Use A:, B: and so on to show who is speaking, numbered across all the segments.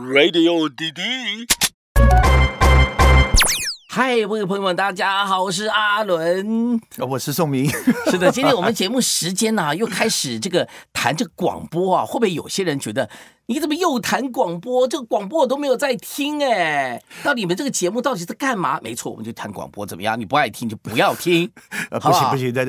A: Radio 滴滴。
B: 嗨，各位朋友们，大家好，我是阿 伦。
C: 呃我是宋明，
B: 是的，今天我们节目时间呢、又开始这个谈这个广播啊，会不会有些人觉得你怎么又谈广播？这个广播我都没有在听哎，到底你们这个节目到底是干嘛？没错，我们就谈广播怎么样？你不爱听就不要听。
C: 呃，
B: 好不
C: 不行
B: 好
C: 不行，但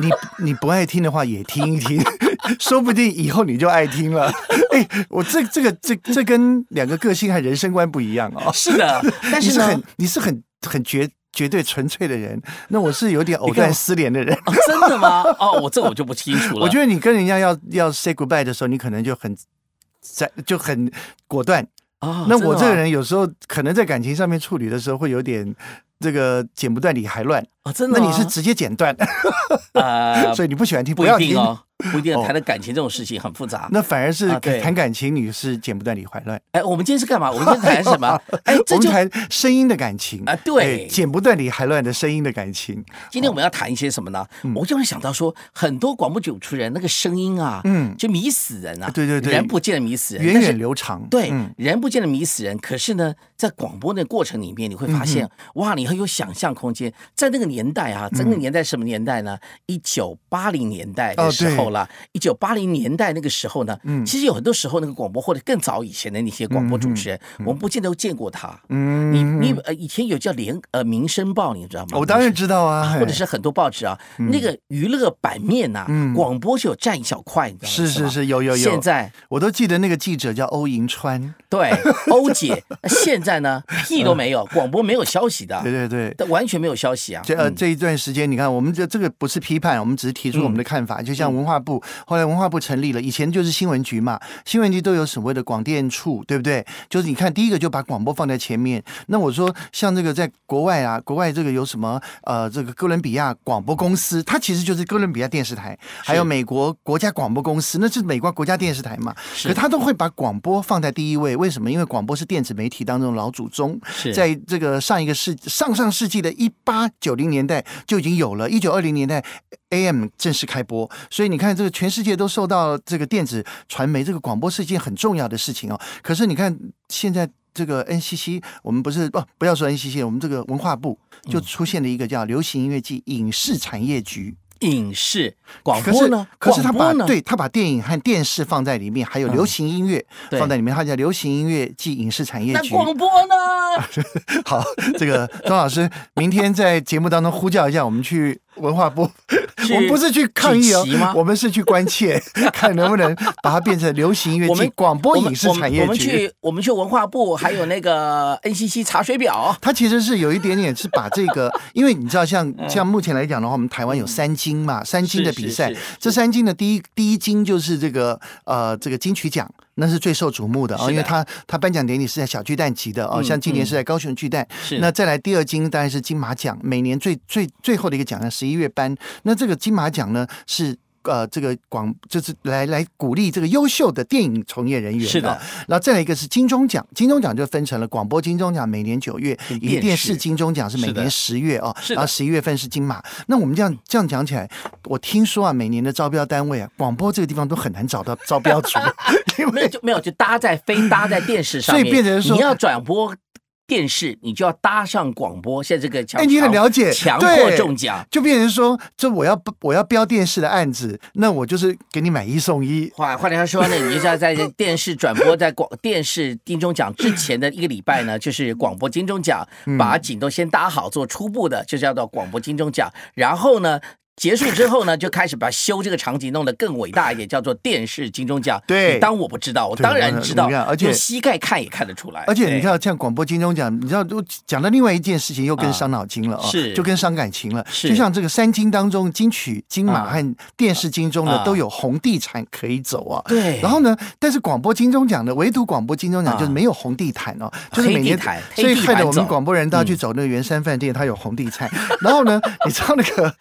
C: 你你不爱听的话也听一听， 说不定以后你就爱听了。哎、我这这个这这跟两个个性和人生观不一样 哦。
B: 是 的，但
C: 你
B: 是
C: 是
B: 呢，哦
C: 很你是很很绝绝对纯粹的人，那我是有点藕
B: 你看我
C: 断丝连的人。
B: 哦、真的吗？哦，我这我就不清楚了。
C: 我觉得你跟人家要要 say goodbye 的时候，你可能就很在就很果断。
B: 得啊
C: 那我这个
B: 啊、
C: 人有时候可能在感情上面处理的时候会有点这个剪不断理还乱。
B: 哦真
C: 那
B: 的吗，
C: 你是直接剪断，
B: 呃
C: 所以你不喜欢听，
B: 不
C: 要
B: 一
C: 听
B: 定。哦，不一定
C: 哦
B: 谈的感情这种事情很复杂。
C: 那反而是
B: 啊对
C: 谈感情，你是剪不断理还乱。
B: 哎，我们今天是干嘛？我们今天谈什么？哎，这
C: 我
B: 就
C: 们谈声音的感情
B: 啊对
C: 哎剪不断理还乱的声音的感情。
B: 今天我们要谈一些什么呢？
C: 嗯
B: 我就会想到说，很多广播主持人那个声音啊，
C: 嗯
B: 就迷死人啊。
C: 对对对
B: 人不见得迷死人，
C: 源
B: 但是
C: 远流长，
B: 对
C: 嗯，
B: 人不见得迷死人。可是呢，在广播的过程里面，你会发
C: 嗯
B: 现，哇，你很有想象空间。在那个年代啊，整个年代什么年代呢？一九八零年代的
C: 嗯哦嗯
B: 时候啦，一九八零年代那个时候呢，其实有很多时候那个广播或者更早以前的那些广播主持人，我们不见得见过他。
C: 嗯
B: 你你呃，以前有叫联呃《民生报》，你知道吗？
C: 我当然知道啊，
B: 或者
C: 嘿
B: 是很多报纸啊，那个娱乐版面呐、
C: 嗯
B: 广播就有占一小块，你知道吗？
C: 是是
B: 吧，
C: 是，有有有。
B: 现在
C: 我都记得那个记者叫欧银川，
B: 对欧姐， 现在呢屁都没有，广播没有消息的
C: 对，对嗯对。
B: 但完全没有消息啊。
C: 这呃
B: 嗯
C: 这一段时间，你看，我们这这个不是批判，我们只是提出我们
B: 嗯
C: 的看法。就像文化部，后来文化部成立了，以前就是新闻局嘛，新闻局都有所谓的广电处，对不对？就是你看，第一个就把广播放在前面。那我说，像这个在国外啊，国外这个有什么呃，这个哥伦比亚广播公司，它其实就是哥伦比亚电视台，还有美国国家广播公司，那是美国国家电视台嘛。
B: 是
C: 可他都会把广播放在第一位，为什么？因为广播是电子媒体当中的老祖宗，
B: 是
C: 在这个上一个世上上世纪的一八九零年代就已经有了，一九二零年代 AM 正式开播，所以你看，这个全世界都受到这个电子传媒这个广播是一件很重要的事情哦。可是你看现在。这个 NCC，我们不是哦不不要说 NCC，我们这个文化部
B: 嗯
C: 就出现了一个叫流行音乐暨影视产业局。
B: 影视广
C: 可
B: 播
C: 是
B: 呢？
C: 可是他
B: 广播
C: 把
B: 呢？嗯
C: 对他把电影和电视放在里面，还有流行音乐
B: 对
C: 放在里面，他叫流行音乐暨影视产业
B: 那
C: 局。
B: 广播呢？
C: 好，这个庄老师明天在节目当中呼叫一下，我们去文化部，
B: 去
C: 我们不是去抗议哦
B: 举旗吗，
C: 我们是去关切， 看能不能把它变成流行音乐
B: 我
C: 暨
B: 们
C: 广播
B: 我们
C: 影视
B: 我们
C: 产业
B: 我们
C: 局。
B: 去我们去文化部，还有那个 NCC 查水表。
C: 它其实是有一点点是把这个，因为你知道像，像目前来讲的话，我们台湾有三金嘛，三金的
B: 嗯是
C: 比
B: 是
C: 赛
B: 是，
C: 这三金的第一第一金就是这个呃这个金曲奖，那是最受瞩目的啊、
B: 是的
C: 因为它它颁奖典礼是在小巨蛋级的啊、
B: 嗯
C: 像今年是在高雄巨蛋。
B: 是
C: 那再来第二金当然是金马奖，每年最最最后的一个奖呢，十一月颁。那这个金马奖呢是。呃，这个广就是来来鼓励这个优秀的电影从业人员啊
B: 是的，
C: 然后再来一个是金钟奖，金钟奖就分成了广播金钟奖每年九月，
B: 跟
C: 以及
B: 电
C: 电
B: 视
C: 视金钟奖是每
B: 是的
C: 年十月哦，
B: 是的
C: 然后十一月份是金马。那我们这样这样讲起来，我听说啊，每年的招标单位啊，广播这个地方都很难找到招 标组，因
B: 没有
C: 为
B: 就没有就搭在非搭在电视上
C: 所以
B: 面，
C: 变成说
B: 你要转播电视，你就要搭上广播。现在这个强，
C: 哎你很了解
B: 强
C: 对
B: 迫中奖。
C: 就变成说，这我要我要标电视的案子，那我就是给你买一送一。
B: 换换句话说呢，你就是要在电视转播，在广电视金钟奖之前的一个礼拜呢，就是广播金钟奖，
C: 嗯
B: 把景都先搭好，做初步的，就叫做广播金钟奖。然后呢，结束之后呢，就开始把修这个场景弄得更伟大一点，叫做电视金钟奖。
C: 对
B: 你当我不知道，我
C: 对
B: 当
C: 我
B: 然
C: 们
B: 知道
C: 我们看，而且
B: 用膝盖看也看得出来。
C: 而且
B: 对啊
C: 你知道，像广播金钟奖，你知道，都讲到另外一件事情，又更伤脑筋了哦，
B: 是
C: 就跟伤感情了。
B: 是
C: 就像这个三金当中，金曲、金马
B: 啊
C: 和电视金钟
B: 啊
C: 呢，都有红地毯可以走啊。
B: 对，
C: 然后呢？但是广播金钟奖呢，唯独广播金钟奖
B: 啊
C: 就是没有红地毯哦，就是每
B: 黑地
C: 年
B: 毯，
C: 所
B: 黑
C: 以
B: 地
C: 害
B: 毯
C: 得我
B: 走嗯
C: 们广播人都要去走那个圆山饭店，它有红地毯。然后呢，你知道那个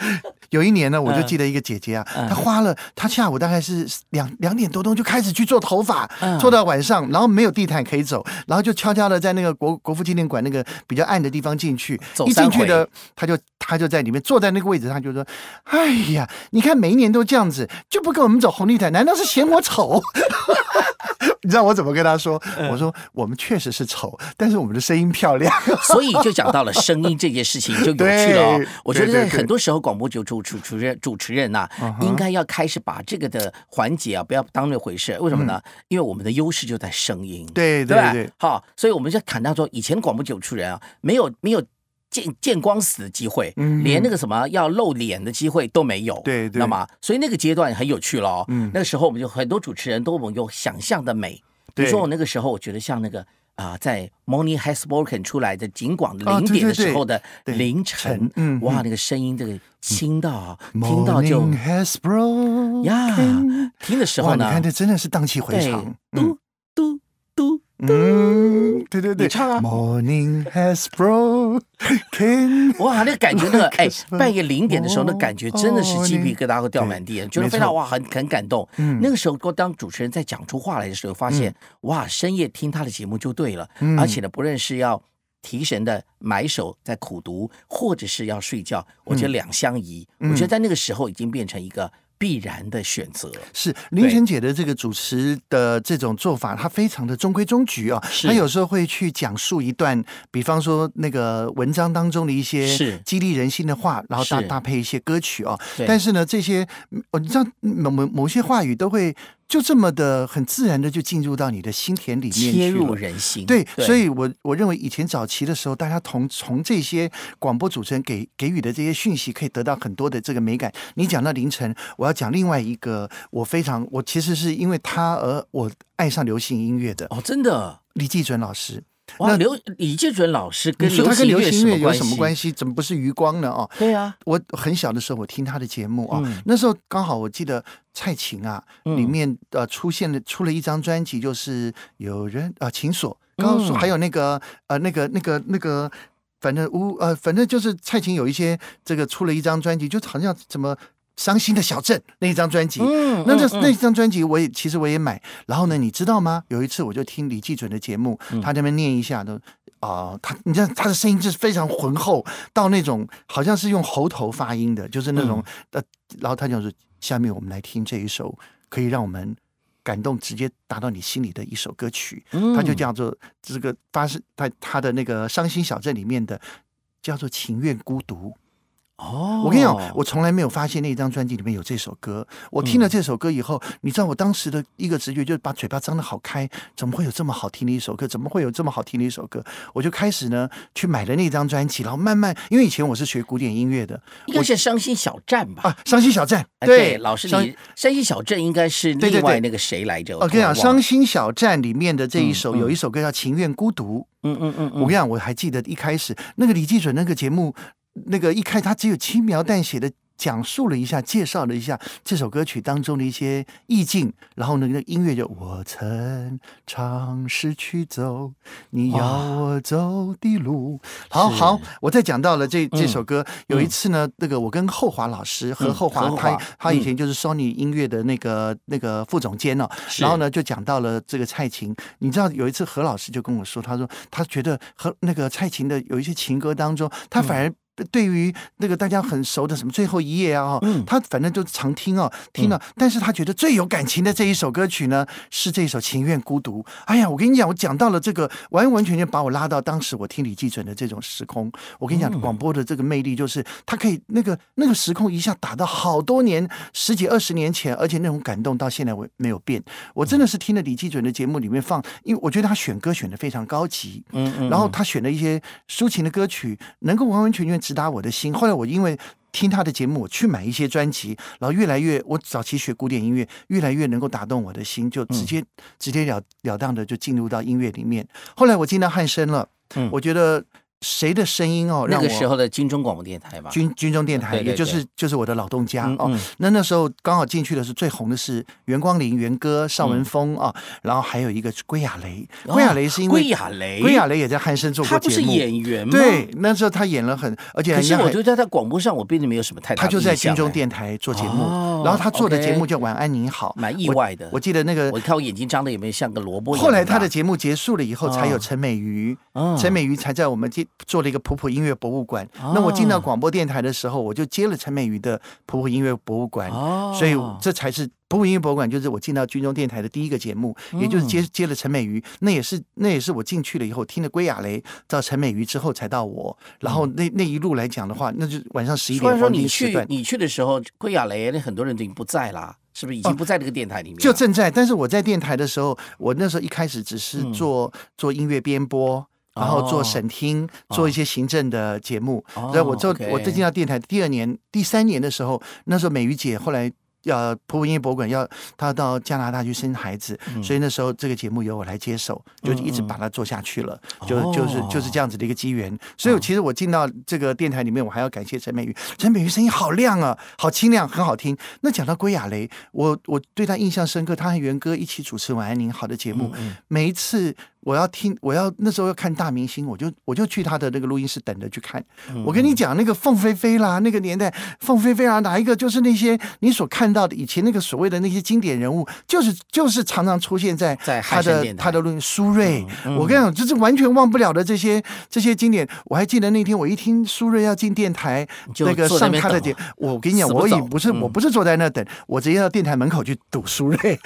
C: 有一年呢，
B: 嗯
C: 我就记得一个姐姐啊，她花了她下午大概是两两点多钟就开始去做头发
B: 嗯，
C: 做到晚上，然后没有地毯可以走，然后就悄悄的在那个国国父纪念馆那个比较暗的地方进去
B: 走，
C: 一进
B: 三
C: 去
B: 回
C: 呢，她就她就在里面坐在那个位置，她就说：“哎呀，你看每一年都这样子，就不给我们走红地毯，难道是嫌我丑？” 你知道我怎么跟他说？
B: 嗯
C: 我说我们确实是丑，但是我们的声音漂亮。
B: 所以就讲到了声音这件事情，就有趣了哦
C: 对。
B: 我觉得
C: 对
B: 在
C: 对对
B: 很多时候，广播主主主主持人主持人呐、
C: 嗯
B: 应该要开始把这个的环节啊，不要当那回事。为什么
C: 嗯
B: 呢？因为我们的优势就在声音。
C: 对对
B: 对吧
C: 对，
B: 好，所以我们就谈到说，以前广播九处人啊，没有没有见见光死的机会，
C: 嗯
B: 连那个什么要露脸的机会都没有，
C: 对对
B: 那么所以那个阶段很有趣咯。
C: 嗯
B: 那个时候我们就很多主持人都我们有想象的美，比如
C: 对
B: 说我那个时候我觉得像那个。啊、在 Moni h e s b o r k e n 出来的景广
C: 啊
B: 零点
C: 对对
B: 的时
C: 对
B: 候的
C: 对
B: 凌晨，
C: 晨嗯
B: 哇，
C: 嗯
B: 那个声音，这个轻到啊，听到就
C: Morning has broken
B: 呀，听的时
C: 哇，
B: 候
C: 你
B: 呢
C: 看，这真的是荡气回
B: 对
C: 肠，。嗯
B: 嘟嘟嘟
C: 嗯，对对对，
B: 你唱啊
C: Morning has broken，
B: 哇，那个感觉，那个 哎
C: 开始，了
B: 半夜零点的时候，那感觉真的是
C: 嗯哦
B: 鸡皮
C: 你
B: 疙瘩会掉满地，觉得
C: 没
B: 非常
C: 错
B: 哇，很很感动。
C: 嗯
B: 那个时候，当主持人在讲出话来的时候，发现哇，深夜听他的节目就对了，
C: 嗯
B: 而且呢，不论是要提神的埋首在苦读，或者是要睡觉，我
C: 嗯
B: 觉得两相宜。我觉得在那个时候已经变成一个必然的选择。
C: 是林晨姐的这个主持的这种做法，她非常的中规中矩哦。
B: 是
C: 她有时候会去讲述一段，比方说那个文章当中的一
B: 是
C: 些激励人心的话，然后搭
B: 是
C: 搭配一些歌曲哦
B: 对。
C: 但是呢，这些嗯哦，你知道某某某些话语都会就这么的很自然的就进入到你的心田里面
B: 切
C: 去
B: 入
C: 了。
B: 人心，
C: 对，所以我我认为以前早期的时候，大家从从这些广播主持人给给予的这些讯息，可以得到很多的这个美感。你讲到凌晨，我要讲另外一个，我非常我其实是因为他而我爱上流行音乐的
B: 哦，真的
C: 李济准老师。
B: 哇，刘李志准老师跟
C: 你说
B: 流
C: 他
B: 行
C: 跟流
B: 乐
C: 行音乐有什
B: 什
C: 么
B: 么
C: 关
B: 关系？
C: 系？怎么不是余光呢？哦，
B: 对啊，
C: 我很小的时候，我听他的节目啊、
B: 嗯
C: 那时候刚好我记得蔡琴啊，
B: 嗯
C: 里面呃出现了出了一张专辑，就是有人啊、琴锁，告诉、
B: 嗯
C: 还有那个呃那个那个那个，反正乌呃反正就是蔡琴有一些这个出了一张专辑，就好像什么伤心的小镇那一张专辑，
B: 嗯
C: 那这
B: 嗯嗯
C: 那张专辑我也其实我也买，然后呢，你知道吗？有一次我就听李济准的节目，
B: 嗯
C: 他在那边念一下都啊、他你知道他的声音就是非常浑厚，到那种好像是用喉头发音的，就是那种、
B: 嗯
C: 呃，然后他就是下面我们来听这一首可以让我们感动，直接达到你心里的一首歌曲，
B: 嗯
C: 他就叫做这个发生在他的那个伤心小镇里面的叫做情愿孤独。
B: 哦，嗯
C: 我跟你讲，我从来没有发现那张专辑里面有这首歌。我听了这首歌以后，你知道我当时的一个直觉就是把嘴巴张得好开，怎么会有这么好听的一首歌？怎么会有这么好听的一首歌？我就开始呢去买了那张专辑，然后慢慢，因为以前我是学古典音乐的
B: 应该是伤心小站吧？
C: 啊，伤心小站，
B: 哎老师
C: 伤
B: 你伤心小镇应该是
C: 对
B: 另
C: 对
B: 外
C: 对
B: 那个谁来着？
C: 我跟你讲，
B: 突然忘
C: 伤
B: 了
C: 心小站里面的这一
B: 嗯
C: 首、
B: 嗯
C: 有一首歌叫《情愿孤独》，
B: 嗯嗯嗯
C: 我跟
B: 嗯，
C: 你讲，我还记得一开始那个李济准那个节目，那个一开他只有轻描淡写的讲述了一下，介绍了一下这首歌曲当中的一些意境，然后呢，那个音乐就我曾尝试去走你要我走的路。好
B: 是
C: 好，我再讲到了这这
B: 嗯
C: 首歌，有一次呢，那个我跟后华老师
B: 嗯
C: 何后华
B: 何，
C: 他
B: 华
C: 他以
B: 嗯
C: 前就是 Sony 音乐的那个那个副总监哦，
B: 是
C: 然后呢，就讲到了这个蔡琴。你知道有一次何老师就跟我说，他说他觉得和那个蔡琴的有一些情歌当中，他
B: 嗯
C: 反而。对于那个大家很熟的什么最后一页啊、哦，
B: 嗯
C: 他反正就常听哦，听了、但是他觉得最有感情的这一首歌曲呢，是这一首《情愿孤独》。哎呀，我跟你讲，我讲到了这个，完完全全把我拉到当时我听李济准的这种时空。我跟你讲，广播的这个魅力就是，它可以那个那个时空一下打到好多年，十几二十年前，而且那种感动到现在我没有变。我真的是听了李济准的节目里面放，因为我觉得他选歌选的非常高级，
B: 嗯嗯，
C: 然后他选了一些抒情的歌曲，能够完完全全直达我的心。后来我因为听他的节目，我去买一些专辑，然后越来越，我早期学古典音乐，越来越能够打动我的心，
B: 嗯
C: 就直接、直截了了当的就进入到音乐里面。后来我进到汉声了，
B: 嗯
C: 我觉得谁的声音哦，
B: 那
C: 让
B: 个
C: 我
B: 时候的金钟广播电台吧，
C: 军军中电台，
B: 对对
C: 也就是就是我的老东家
B: 嗯
C: 哦。
B: 嗯
C: 那那时候刚好进去的是最红的是袁光林、袁歌、邵文峰啊、然后还有一个是归亚蕾。
B: 嗯哦
C: 归亚蕾是因为
B: 归亚蕾，
C: 归亚蕾也在汉声做过
B: 他不
C: 节
B: 是
C: 目，
B: 演员吗？
C: 对，，那时候他演了很，而且
B: 可
C: 人
B: 是
C: 家
B: 我
C: 还
B: 觉得他在广播上我并没有什么太大
C: 他
B: 的
C: 就在
B: 印象
C: 金钟
B: 哎，
C: 电台做节目，
B: 哦
C: 然后他做的
B: OK
C: 节目叫《晚安你好》，
B: 蛮意
C: 我
B: 外的
C: 我记得那个
B: 我看我眼睛张的有没有像个萝卜一样
C: 后
B: 大？
C: 来他的节目结束了以后，才有
B: 哦
C: 陈美瑜
B: 哦，
C: 陈美瑜才在我们电做了一个普普音乐博物馆。那我进到广播电台的时候，我就接了陈美瑜的普普音乐博物馆，
B: 哦
C: 所以这才是普普音乐博物馆，就是我进到军中电台的第一个节目，也就是
B: 嗯
C: 接接了陈美瑜。那也是那也是我进去了以后听了归亚雷到陈美瑜之后才到我，然后那那一路来讲的话，那就晚上十一
B: 虽
C: 点
B: 嗯然说
C: 黄
B: 你
C: 金时
B: 去
C: 段。
B: 你去的时候，归亚雷那很多人都已经不在啦，是不是已经不在这个电台里面了？
C: 哦就正在，但是我在电台的时候，我那时候一开始只是
B: 嗯
C: 做、做音乐编播。然后做审听，做一些行政的节目。
B: 哦
C: 所以我做、
B: OK
C: 我最近到电台第二年、第三年的时候，那时候美瑜姐后来要普普音乐博物馆要她到加拿大去生孩子，
B: 嗯
C: 所以那时候这个节目由我来接手，就一直把它做下去了。
B: 哦
C: 就就是就是这样子的一个机缘。所以我其实我进到这个电台里面，我还要感谢陈美瑜，陈美瑜声音好亮啊，好清亮，很好听。那讲到归亚雷，我我对他印象深刻，他和元哥一起主持《晚安您好》的节目，
B: 嗯
C: 每一次。我要听，我要那时候要看大明星，我就我就去他的那个录音室等着去看。
B: 嗯
C: 我跟你讲，那个凤飞飞啦，那个年代凤飞飞啊，哪一个就是那些你所看到的以前那个所谓的那些经典人物，就是就是常常出现在
B: 在
C: 他
B: 海神
C: 的
B: 电台嗯
C: 他的录音。苏芮，我跟你讲，就是完全忘不了的这些这些经典。我还记得那天我一听苏芮要进电台，
B: 就
C: 那个
B: 坐在那
C: 上
B: 边
C: 他的
B: 等啊
C: 节， 我跟你讲，
B: 死不
C: 我也
B: 走嗯
C: 不是我不是坐在那等，我直接到电台门口去 堵苏芮。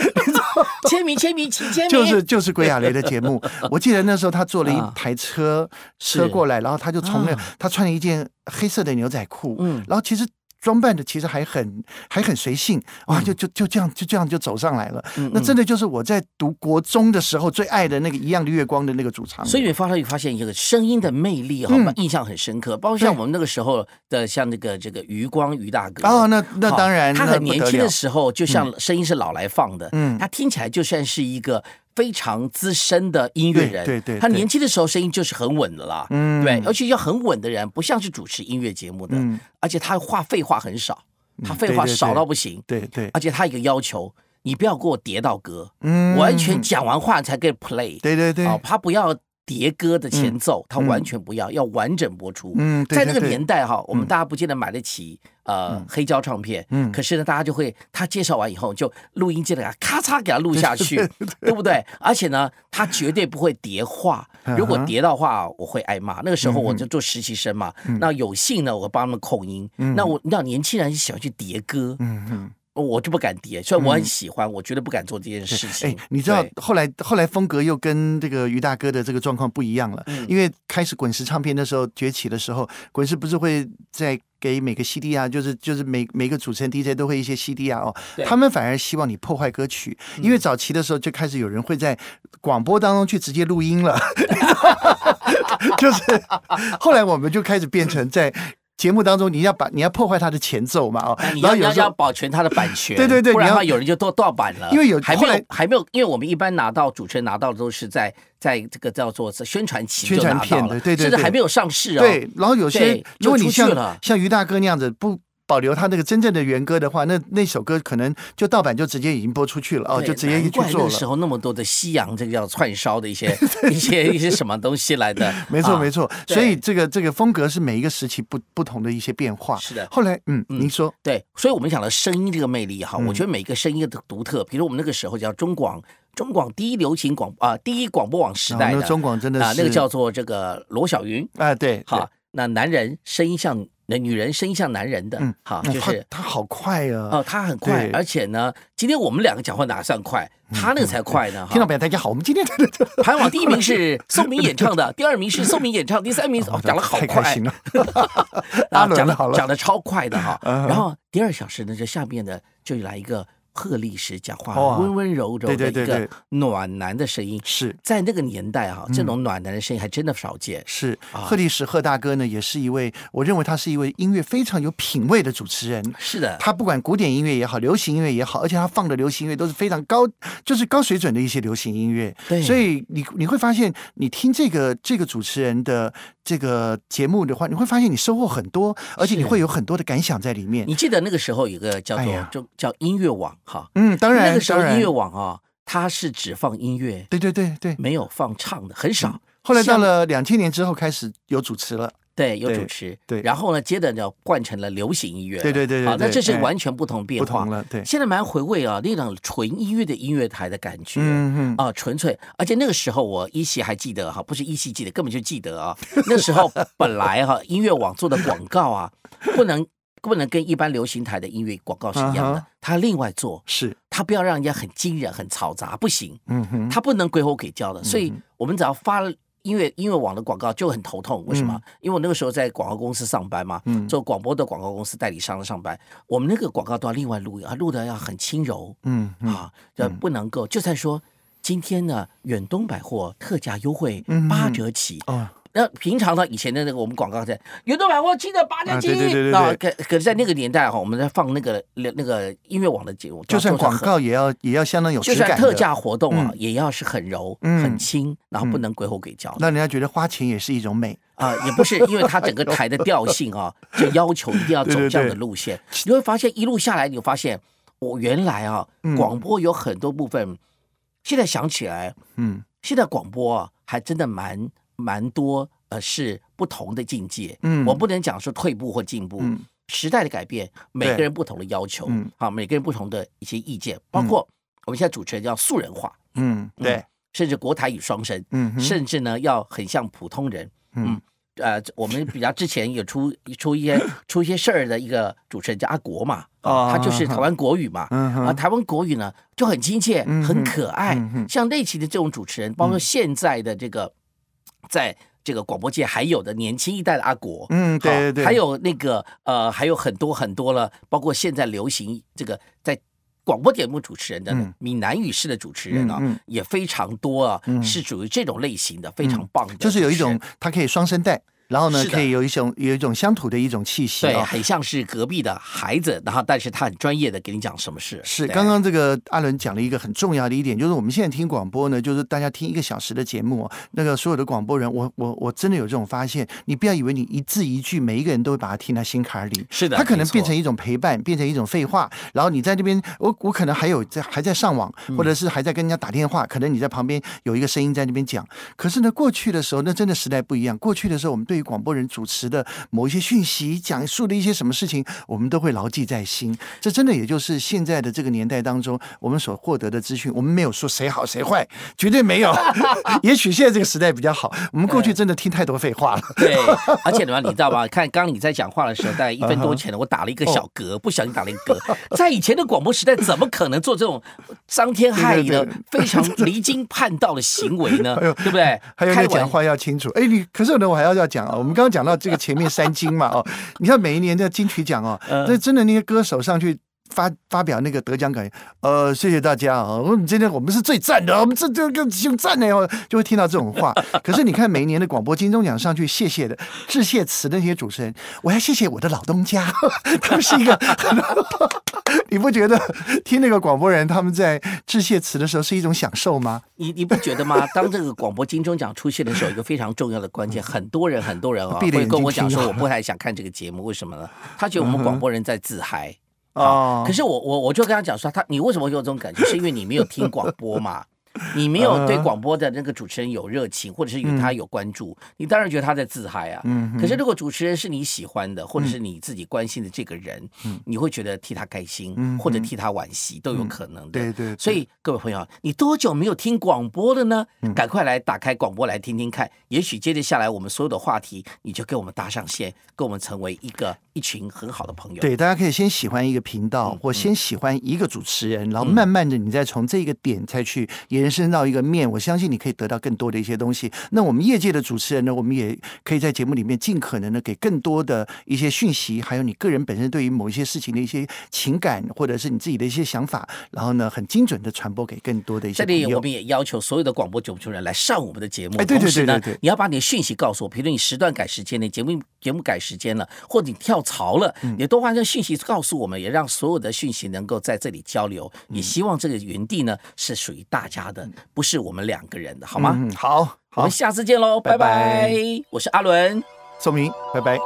B: 签名签名请签名，
C: 就是就是归亚雷的节 目。我记得那时候他坐了
B: 啊
C: 一台车、车过来，然后他就从那、他穿了一件黑色的牛仔裤，
B: 嗯
C: 然后其实。装扮的其实还很还很随性哇，
B: 嗯
C: 就就就这样就这样就走上来了。 那真的就是我在读国中的时候最爱的那个《一样的月光》的那个主唱。
B: 所以你发现发现一个声音的魅力哈、
C: 嗯
B: 印象很深刻。包括像
C: 对
B: 我们那个时候的，像那个这个余光余大哥
C: 哦，那那
B: 好
C: 当然，
B: 他
C: 那
B: 很
C: 不
B: 年
C: 得
B: 轻
C: 了
B: 的时候，就像声音是老来放的，
C: 嗯
B: 他听起来就算是一个。非常资深的音乐人，
C: 对对对
B: 他年轻的时候声音就是很稳的啦，
C: 嗯
B: 对，而且要很稳的人，不像是主持音乐节目的，
C: 嗯
B: 而且他话废话很少，他废
C: 对
B: 话
C: 对对
B: 少到不行，
C: 对对，
B: 而且他有一个要求，你不要给我叠到歌，
C: 嗯
B: 完全讲完话才可以 play，
C: 对对对，
B: 哦，他不要叠歌的前奏，他完全不要，要完整播出。
C: 嗯对
B: 在那
C: 对
B: 个
C: 对
B: 年代哈，我们大家不见得买得起呃黑胶唱片，
C: 嗯
B: 可是呢，大家就会他介绍完以后，就录音机的咔嚓给他录下 去，对不对？而且呢，他绝对不会叠 话，
C: 嗯
B: 如果叠到话，我会挨骂。那个时候我就做实习生嘛，
C: 嗯
B: 那有幸呢，我帮他们控音。那我那年轻人喜欢去叠歌，
C: 嗯嗯。
B: 我就不敢叠，虽然我很喜欢，我绝对不敢做这件事情
C: 哎。，你知道
B: 对
C: 后来后来风格又跟这个于大哥的这个状况不一样了，
B: 嗯
C: 因为开始滚石唱片的时候崛起的时候，滚石不是会在。给每个 CD 啊，就是就是每每个主持人 DJ 都会一些 CD 啊哦，
B: 对嗯
C: 他们反而希望你破坏歌曲，因为早期的时候就开始有人会在广播当中去直接录 音了， 就是后来我们就开始变成在节目当中你要把你要破坏它的前奏嘛哦
B: 哎，你要
C: 然后
B: 你
C: 有
B: 要
C: 时
B: 要
C: 候
B: 保全它的版权，
C: 对对对
B: 不然的
C: 你要
B: 话有人就都盗版了。
C: 因为有
B: 还没
C: 后
B: 有
C: 来
B: 还没有，因为我们一般拿到主持人拿到的都是在在这个叫做宣传期就
C: 宣传
B: 拿
C: 片
B: 到
C: 的
B: 了，
C: 对对
B: 甚至
C: 对
B: 还没有上市哦。
C: 对，然后有些
B: 对
C: 如果
B: 就
C: 你
B: 出去
C: 像
B: 了
C: 像于大哥那样子不。保留他那个真正的原歌的话，那那首歌可能就盗版就直接已经播出去了哦，
B: 对
C: 就直接
B: 难
C: 去
B: 怪那
C: 做
B: 个时
C: 了。
B: 候那么多的西洋这个叫串烧的一 些一些一些什么东西来的，
C: 没错，
B: 啊
C: 没。错。
B: 对
C: 所以这个这个风格是每一个时期不不同的一些变化。
B: 是的
C: 后来，嗯，
B: 嗯
C: 您说，
B: 对，所以我们讲了声音这个魅力哈，
C: 嗯
B: 我觉得每个声音的独特，比如我们那个时候叫中广中广第一流行广啊、第一广播网时
C: 哦
B: 代
C: 那
B: 的
C: 中广真的是
B: 啊、那个叫做这个罗小云，
C: 啊，对，
B: 好，那男人声音像那女人声音像男人的，
C: 嗯
B: 好，
C: 对，
B: 就
C: 他
B: 是
C: 他好快啊！
B: 哦，他很快
C: 对，嗯
B: 而且呢，今天我们两个讲话哪算快，他那个才快呢。
C: 听
B: 哈
C: 到，没有？大家好，我们今天
B: 排行榜第一名是宋明演唱的，第二名是宋明演唱，第三名是哦，讲的好
C: 太 开
B: 快
C: 心，了。阿
B: 啊，
C: 伦
B: 讲的
C: 好了
B: 讲的超快的哈。
C: 嗯
B: 然后第二小时呢，就下面呢就来一个鹤立时讲
C: 哇
B: 话温温柔柔
C: 对
B: 的
C: 对
B: 一
C: 对
B: 个
C: 对嗯
B: 暖男的声音，
C: 是
B: 在那个年代哈，这种暖男的声音还真的少见。
C: 是，
B: 啊
C: 贺立时贺大哥呢，也是一位，我认为他是一位音乐非常有品味的主持人。
B: 是的，
C: 他不管古典音乐也好，流行音乐也好，而且他放的流行音乐都是非常高，就是高水准的一些流行音乐。
B: 对
C: 所以你你会发现，你听这个这个主持人的这个节目的话，你会发现你收获很多，而且你会有很多的感想在里面。
B: 你记得那个时候有个叫
C: 哎
B: 做
C: 呀
B: 就叫音乐网哈，
C: 嗯，当然，
B: 那个时候
C: 当然
B: 音乐网啊，它是只放音乐，
C: 对对对对。嗯
B: 没有放唱的，很少。
C: 后来到
B: 像
C: 了两千年之后，开始有主持了。
B: 对，有
C: 对
B: 主持，
C: 对
B: 然后呢，接着呢，换成了流行音乐了，
C: 对对对对
B: 好，那
C: 对
B: 这是
C: 哎
B: 完全不同变
C: 不
B: 化
C: 同。了，对，
B: 现在蛮回味啊，那种纯音乐的音乐台的感觉。
C: 嗯嗯，
B: 啊，纯粹，而且那个时候我依稀还记得哈，不是依稀记得，根本就记得啊。那时候本来哈，音乐网做的广告啊，不能不能跟一般流行台的音乐广告是一样
C: 嗯
B: 的
C: 哼，
B: 它另外做，
C: 是，
B: 它不要让人家很惊人、很嘈杂，不行，
C: 嗯哼，
B: 它不能鬼吼鬼叫的。所以我们只要发了音乐音乐网的广告就很头痛，为什么？因为我那个时候在广告公司上班嘛，
C: 嗯
B: 做广播的广告公司代理商上班，我们那个广告都要另外录，要录的要很轻柔，
C: 嗯嗯
B: 啊，这不能够。就算说今天呢，远东百货特价优惠
C: 嗯
B: 八折起。
C: 哦，
B: 那平常呢，以前的那个我们广告在远东百货记得八折
C: 啊
B: 起，
C: 对对对对
B: 啊可可是在那个年代哈，啊我们在放那个那个音乐网的节目，
C: 就算
B: 都是很
C: 广告也要也要相当有
B: 就
C: 质
B: 算
C: 哦感，
B: 特，价活动啊，
C: 嗯
B: 也要是很柔、
C: 嗯
B: 很轻，然后不能鬼吼鬼叫的
C: 让人家觉得花钱也是一种美，
B: 啊，也不是因为它整个台的调性啊，就要求一定要走
C: 对对对
B: 这样的路线。你会发现一路下来，你会发现我原来啊
C: 嗯，
B: 广播有很多部分，现在想起来，
C: 嗯
B: 现在广播啊，还真的蛮蛮多，呃，是不同的境界。
C: 嗯
B: 我不能讲说退步或进步，
C: 嗯
B: 时代的改变，每
C: 对
B: 个人不同的要求，
C: 嗯
B: 啊，每个人不同的一些意见，包括我们现在主持人要素人化，
C: 嗯，
B: 嗯
C: 对，，
B: 甚至国台语双声，
C: 嗯哼
B: 甚至呢要很像普通人，
C: 嗯
B: 嗯。呃，我们比较之前有出出一些出一些事儿的一个主持人叫阿国嘛，
C: 哦
B: 啊，他就是台湾国语嘛，
C: 嗯
B: 啊，
C: 哼，
B: 台湾国语呢就很亲切、
C: 嗯哼
B: 很可爱
C: 嗯哼，嗯
B: 像类型的这种主持人，包括现在的这个，在这个广播界还有的年轻一代的阿国，
C: 嗯对
B: 好
C: 对对，
B: 还有那个呃，还有很多很多了，包括现在流行这个在广播节目主持人的
C: 嗯
B: 闽南语式的主持人啊
C: 嗯嗯，
B: 也非常多啊
C: 嗯，
B: 是属于这种类型的，非常棒的主持人，
C: 就是有一种它可以双声带，然后呢
B: 是的
C: 可以有一种有一种乡土的一种气息
B: 对，
C: 哦。
B: 很像是隔壁的孩子，然后但是他很专业的给你讲什么事，
C: 是，
B: 对
C: 刚刚这个阿伦讲了一个很重要的一点，就是我们现在听广播呢，就是大家听一个小时的节目哦，那个所有的广播人，我我我真的有这种发现，你不要以为你一字一句，每一个人都会把它听在心坎里，
B: 是的
C: 它可能
B: 没错
C: 变成一种陪伴，变成一种废话，然后你在那边，我我可能还有在还在上网，
B: 嗯
C: 或者是还在跟人家打电话，可能你在旁边有一个声音在那边讲，可是呢，过去的时候，那真的时代不一样，过去的时候，我们对于广播人主持的某一些讯息，讲述的一些什么事情，我们都会牢记在心。这真的也就是现在的这个年代当中，我们所获得的资讯，我们没有说谁好谁坏，绝对没有。 也许现在这个时代比较好，我们过去真的听太多废话了。
B: 对，而且呢，你知道吗？ 看刚刚你在讲话的时候，大概一分多前呢，我打了一个
C: 哦
B: 小嗝，不小心打了一个嗝。 在以前的广播时代，怎么可能做这种伤天害理的
C: 对对、
B: 非常离经叛道的行为呢？
C: 哎呦
B: 对不对？
C: 还有
B: 开
C: 你讲
B: 玩
C: 话要清楚，哎，你可是呢，我还要要讲啊、哦。我们刚刚讲到这个前面三金嘛， 哦，你看每一年的金曲奖哦，
B: 嗯
C: 那真的那些歌手上去发发表那个得奖感言，呃，谢谢大家啊、哦，我们今天我们是最赞的，我们这这个就赞的哦，就会听到这种 话。可是你看每一年的广播金钟奖上去谢谢的致谢词的那些主持人，我要谢谢我的老东家， 他们是一个 很。你不觉得听那个广播人他们在致谢词的时候是一种享受吗？
B: 你你不觉得吗？ 当这个广播金钟奖出现的时候，一个非常重要的关 键，很多人很多人啊、
C: 闭着
B: 会
C: 眼睛
B: 跟我讲
C: 听
B: 说，
C: 啊嗯
B: 我不太想看这个节目，为什么呢？他觉得我们广播人在自嗨。
C: 哦
B: 啊，可是我我我就跟他讲说，他你为什么会有这种感觉？是因为你没有听广播 嘛，你没有对广播的那个主持人有热情，或者是与他有关注，你当然觉得他在自嗨啊。
C: 嗯哼
B: 可是如果主持人是你喜欢的，或者是你自己关心的这个人，你会觉得替他开心，
C: 嗯嗯哼嗯
B: 或者替他惋惜都有可能的。
C: 对对对
B: 所以各位朋友，你多久没有听广播了呢？
C: 嗯
B: 赶快来打开广播来听听看，也许接着下来我们所有的话题，你就跟我们搭上线，跟我们成为一个一群很好的朋友。
C: 对，大家可以先喜欢一个频
B: 嗯
C: 道，或嗯先喜欢一个主持人，然后慢慢的你再从这个点再去延伸到一个面，我相信你可以得到更多的一些东西。那我们业界的主持人呢，我们也可以在节目里面尽可能的给更多的一些讯息，还有你个人本身对于某一些事情的一些情感，或者是你自己的一些想法，然后呢，很精准的传播给更多的一
B: 这
C: 些朋
B: 里我
C: 友。
B: 们也要求所有的广播主持人来上我们的节目，
C: 哎对对
B: 同时呢
C: 对对对
B: 你要把你的讯息告诉我，比如你时段改时间了，你节目节目改时间了，或者你跳槽了，
C: 嗯
B: 你多发这讯息告诉我们，也让所有的讯息能够在这里交流。
C: 嗯
B: 也希望这个园地呢是属于大家的，不是我们两个人的，好吗？
C: 嗯，好
B: 我
C: 好
B: 们，下次见喽，
C: 拜
B: 拜
C: 拜
B: 拜！我是阿伦。
C: 宋明，拜拜。